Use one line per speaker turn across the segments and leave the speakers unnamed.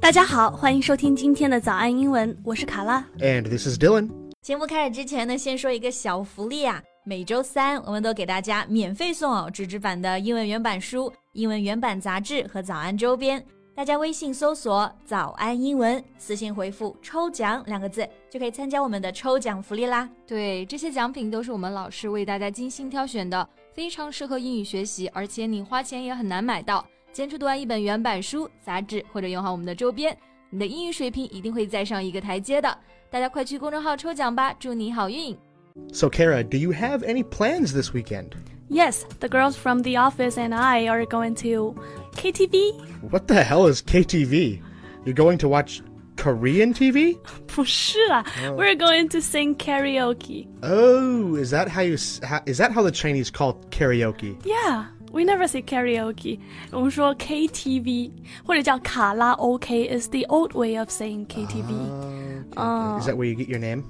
大家好，欢迎收听今天的早安英文，我是卡拉。
And this is Dylan.
节目开始之前呢，先说一个小福利啊！每周三我们都给大家免费送哦纸质版的英文原版书、英文原版杂志和早安周边。大家微信搜索“早安英文”，私信回复“抽奖”两个字，就可以参加我们的抽奖福利啦！
对，这些奖品都是我们老师为大家精心挑选的，非常适合英语学习，而且你花钱也很难买到。坚持读完一本原版书、杂志，或者用好我们的周边，你的英语水平一定会再上一个台阶的。大家快去公众号抽奖吧，祝你好运！
So, Kara, do you have any plans this weekend?
Yes, the girls from the office and I are going to KTV。
What the hell is KTV? You're going to watch Korean TV?
不是啊、w e r e going to sing karaoke。
Oh, is that how you s- ha- is that how the Chinese call karaoke?
Yeah, we never say karaoke。我们说 KTV 或者叫卡拉 OK is the old way of saying KTV。
Okay. Is that where you get your name?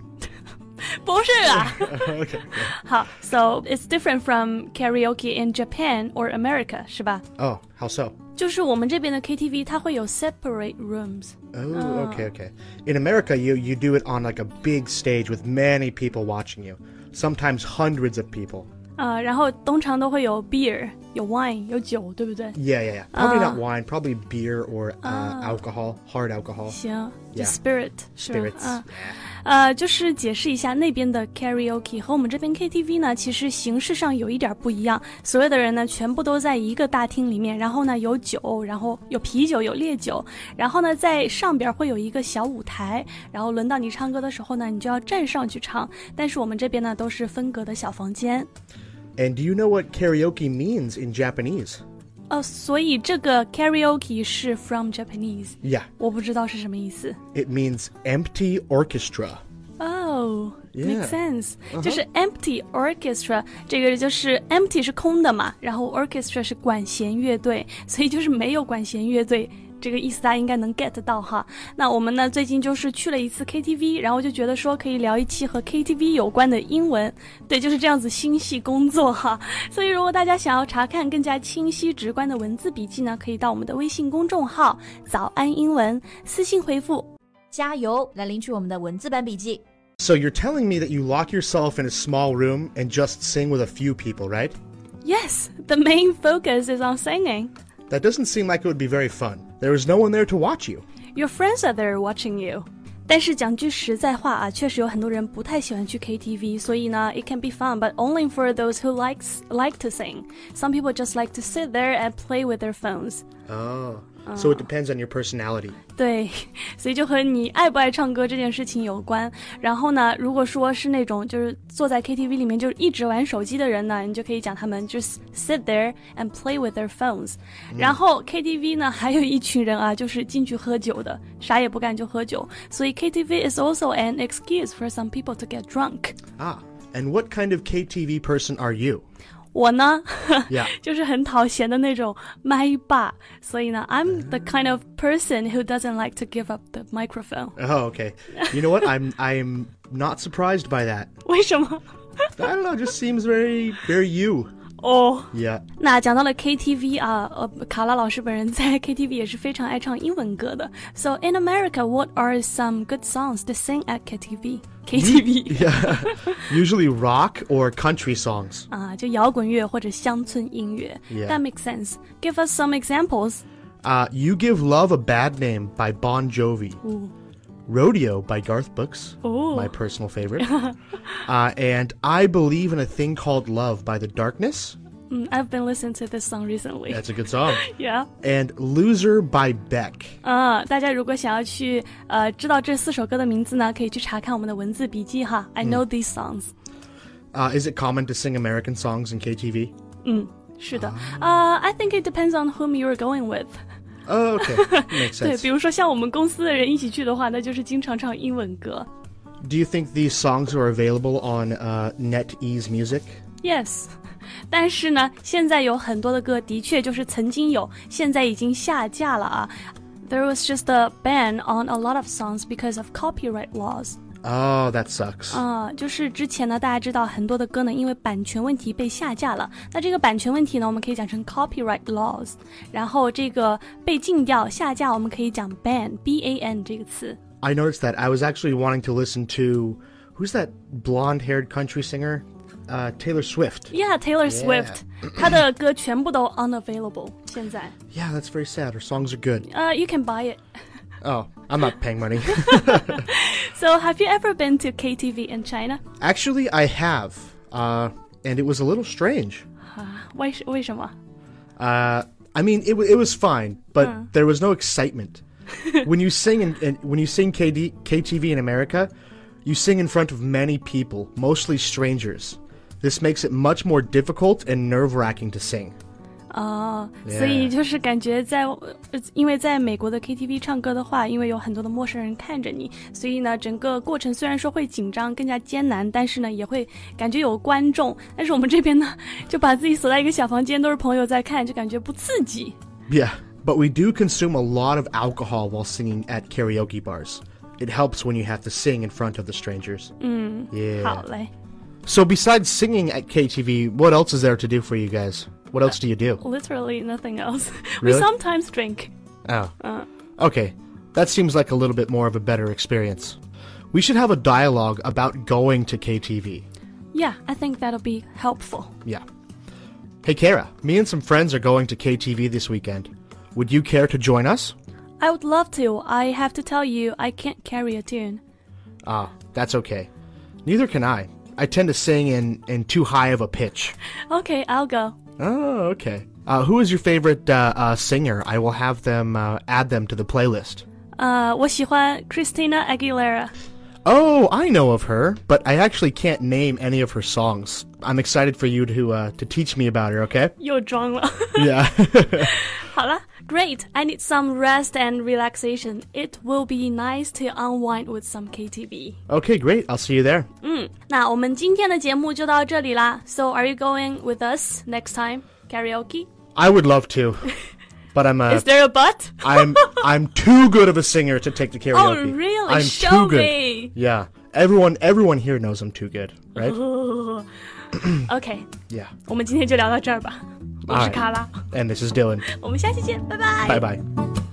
不是啊。
Ah。 okay.
好，so it's different from karaoke in Japan or America，是吧？
Oh, how so?
就是我们这边的 KTV 它会有 separate rooms。
Oh, okay, okay. In America, you you do it on like a big stage with many people watching you, sometimes hundreds of people.
呃，然后通常都会有 beer、有 wine、有酒，对不对？
Yeah, yeah, yeah. Probably not wine, probably beer or uh, alcohol, hard alcohol,
行，就
Yeah.
spirit 是吧
spirits.
嗯呃，就是解释一下那边的 karaoke 和我们这边 KTV 呢，其实形式上有一点不一样。所有的人呢，全部都在一个大厅里面，然后呢有酒，然后有啤酒，有烈酒，然后呢在上边会有一个小舞台，然后轮到你唱歌的时候呢，你就要站上去唱。但是我们这边呢都是分隔的小房间。
And do you know what karaoke means in Japanese?
哦，所以这个 karaoke 是 from Japanese。
Yeah,
我不知道是什么意思。
it means empty orchestra.
Oh,
Yeah.
makes sense、就是 empty orchestra，这个就是 empty 是空的嘛，然后 orchestra 是管弦乐队，所以就是没有管弦乐队。这个意思大家应该能 get 到哈。那我们呢最近就是去了一次 KTV，然后就觉得说可以聊一期和 KTV 有关的英文，对，就是这样子心系工作哈。 所以如果大家想要查看更加清晰直观的文字笔记呢，可以到我们的微信公众号“早安英文”私信回复
加油，来领取我们的文字版笔记。
So you're telling me that you lock yourself in a small room and just sing with a few people, right?
Yes, the main focus is on singing.
That doesn't seem like it would be very fun. There is no one there to watch you.
Your friends are there watching you. 但是讲句实在话啊，确实有很多人不太喜欢去 KTV，所以呢，it can be fun, but only for those who likes like to sing. Some people just like to sit there and play with their phones.
Oh. So it depends on your personality.
对，所以就和你爱不爱唱歌这件事情有关。然后呢，如果说是那种就是坐在 KTV 里面就是一直玩手机的人呢，你就可以讲他们就是 sit there and play with their phones。然后 KTV 呢，还有一群人啊，就是进去喝酒的，啥也不干就喝酒。所以 KTV is also an excuse for some people to get drunk。
Ah. And what kind of KTV person are you?
我呢
Yeah.
就是很讨嫌的那种麦霸，所以呢，I'm the kind of person who doesn't like to give up the microphone。
Oh, okay. You know what? I'm I'm not surprised by that.
为什么？
I don't know, it just seems very very you.
哦、
Yeah.
那讲到了 KTV 啊，呃，卡拉老师本人在 KTV 也是非常爱唱英文歌的。So in America, what are some good songs to sing at KTV? KTV
Yeah. Usually rock or country songs.
啊，就摇滚乐或者乡村音乐。
Yeah.
That makes sense. Give us some examples.
Uh, you Give Love a Bad Name by Bon Jovi. Rodeo by Garth Brooks.
Ooh.
My personal favorite. uh, and I Believe in a Thing Called Love by The Darkness.
嗯，I've been listening to this song recently.
That's a good song.
Yeah.
and Loser by Beck.
嗯，大家如果想要去呃知道这四首歌的名字呢，可以去查看我们的文字笔记哈。I know these songs.
Uh, is it common to sing American songs in KTV?
是的，呃、i think it depends on whom you're going with.
Oh, okay. Makes
对，
sense.
比如说像我们公司的人一起去的话，那就是经常唱英文歌。
Do you think these songs are available on uh, NetEase Music?
Yes，但 是呢，现在有很多的歌的确就是曾经有，现在已经下架了啊。There was just a ban on a lot of songs because of copyright laws.
Oh, that sucks.
啊、就是之前呢，大家知道很多的歌呢，因为版权问题被下架了。那这个版权问题呢，我们可以讲成 copyright laws。然后这个被禁掉、下架，我们可以讲 ban，b a n 这个词。
I noticed that I was actually wanting to listen to who's that blonde-haired country singer? Uh, Taylor Swift.
Yeah，Taylor Swift，她的歌全部都 unavailable。现在，
Yeah, that's very sad. Her songs are good.
呃、y o u can buy it。
Oh, I'm not paying money.
So have you ever been to KTV in China？
actually, I have, uh, and it was a little strange.
为什为什么？
Uh, I mean, it, wa- it was fine, but there was no excitement. when you sing in, in when you sing KD, KTV in America, you sing in front of many people, mostly strangers. This makes it much more difficult and nerve-wracking to sing.
哦
Yeah.
所以就是感觉在，呃因为在美国的 KTV 唱歌的话，因为有很多的陌生人看着你，所以呢，整个过程虽然说会紧张、更加艰难，但是呢，也会感觉有观众。但是我们这边呢， 就把自己锁在一个小房间，都是朋友在看，就感觉不刺激。
Yeah, but we do consume a lot of alcohol while singing at karaoke bars. It helps when you have to sing in front of the strangers. Yeah.
好嘞
So besides singing at KTV, what else is there to do for you guys? What else do you do?
，literally nothing else. We
Really?
sometimes drink.
Oh. Okay. That seems like a little bit more of a better experience. We should have a dialogue about going to KTV.
Yeah, I think that'll be helpful.
Yeah. Hey Kara, me and some friends are going to KTV this weekend. Would you care to join us?
I would love to. I have to tell you, I can't carry a tune.
Ah, that's okay. Neither can I. I tend to sing in, in too high of a pitch.
Okay, I'll go.
Oh, okay. Uh, who is your favorite uh, uh, singer? I will have them uh, add them to the playlist.
呃，Uh, 我喜欢 Christina Aguilera。
Oh, I know of her, but I actually can't name any of her songs. I'm excited for you to uh, to teach me about her. Okay?
又装 了。
Yeah.
好了，Great. I need some rest and relaxation. It will be nice to unwind with some KTV.
okay, great. I'll see you there.
那我们今天的节目就到这里啦。So are you going with us next time? Karaoke?
I would love to, but I'm uh,
Is there a but?
I'm I'm too good of a singer to take the
Oh,
karaoke.
really?
I'm
Show
too good.
me. Uh-huh.
Yeah. Everyone everyone here knows I'm too good, right? uh,
OK，
Yeah.
我们今天就聊到这儿吧。我是
Alright.
卡拉，
And this is Dylan.
我们下期见，拜拜。
Bye bye.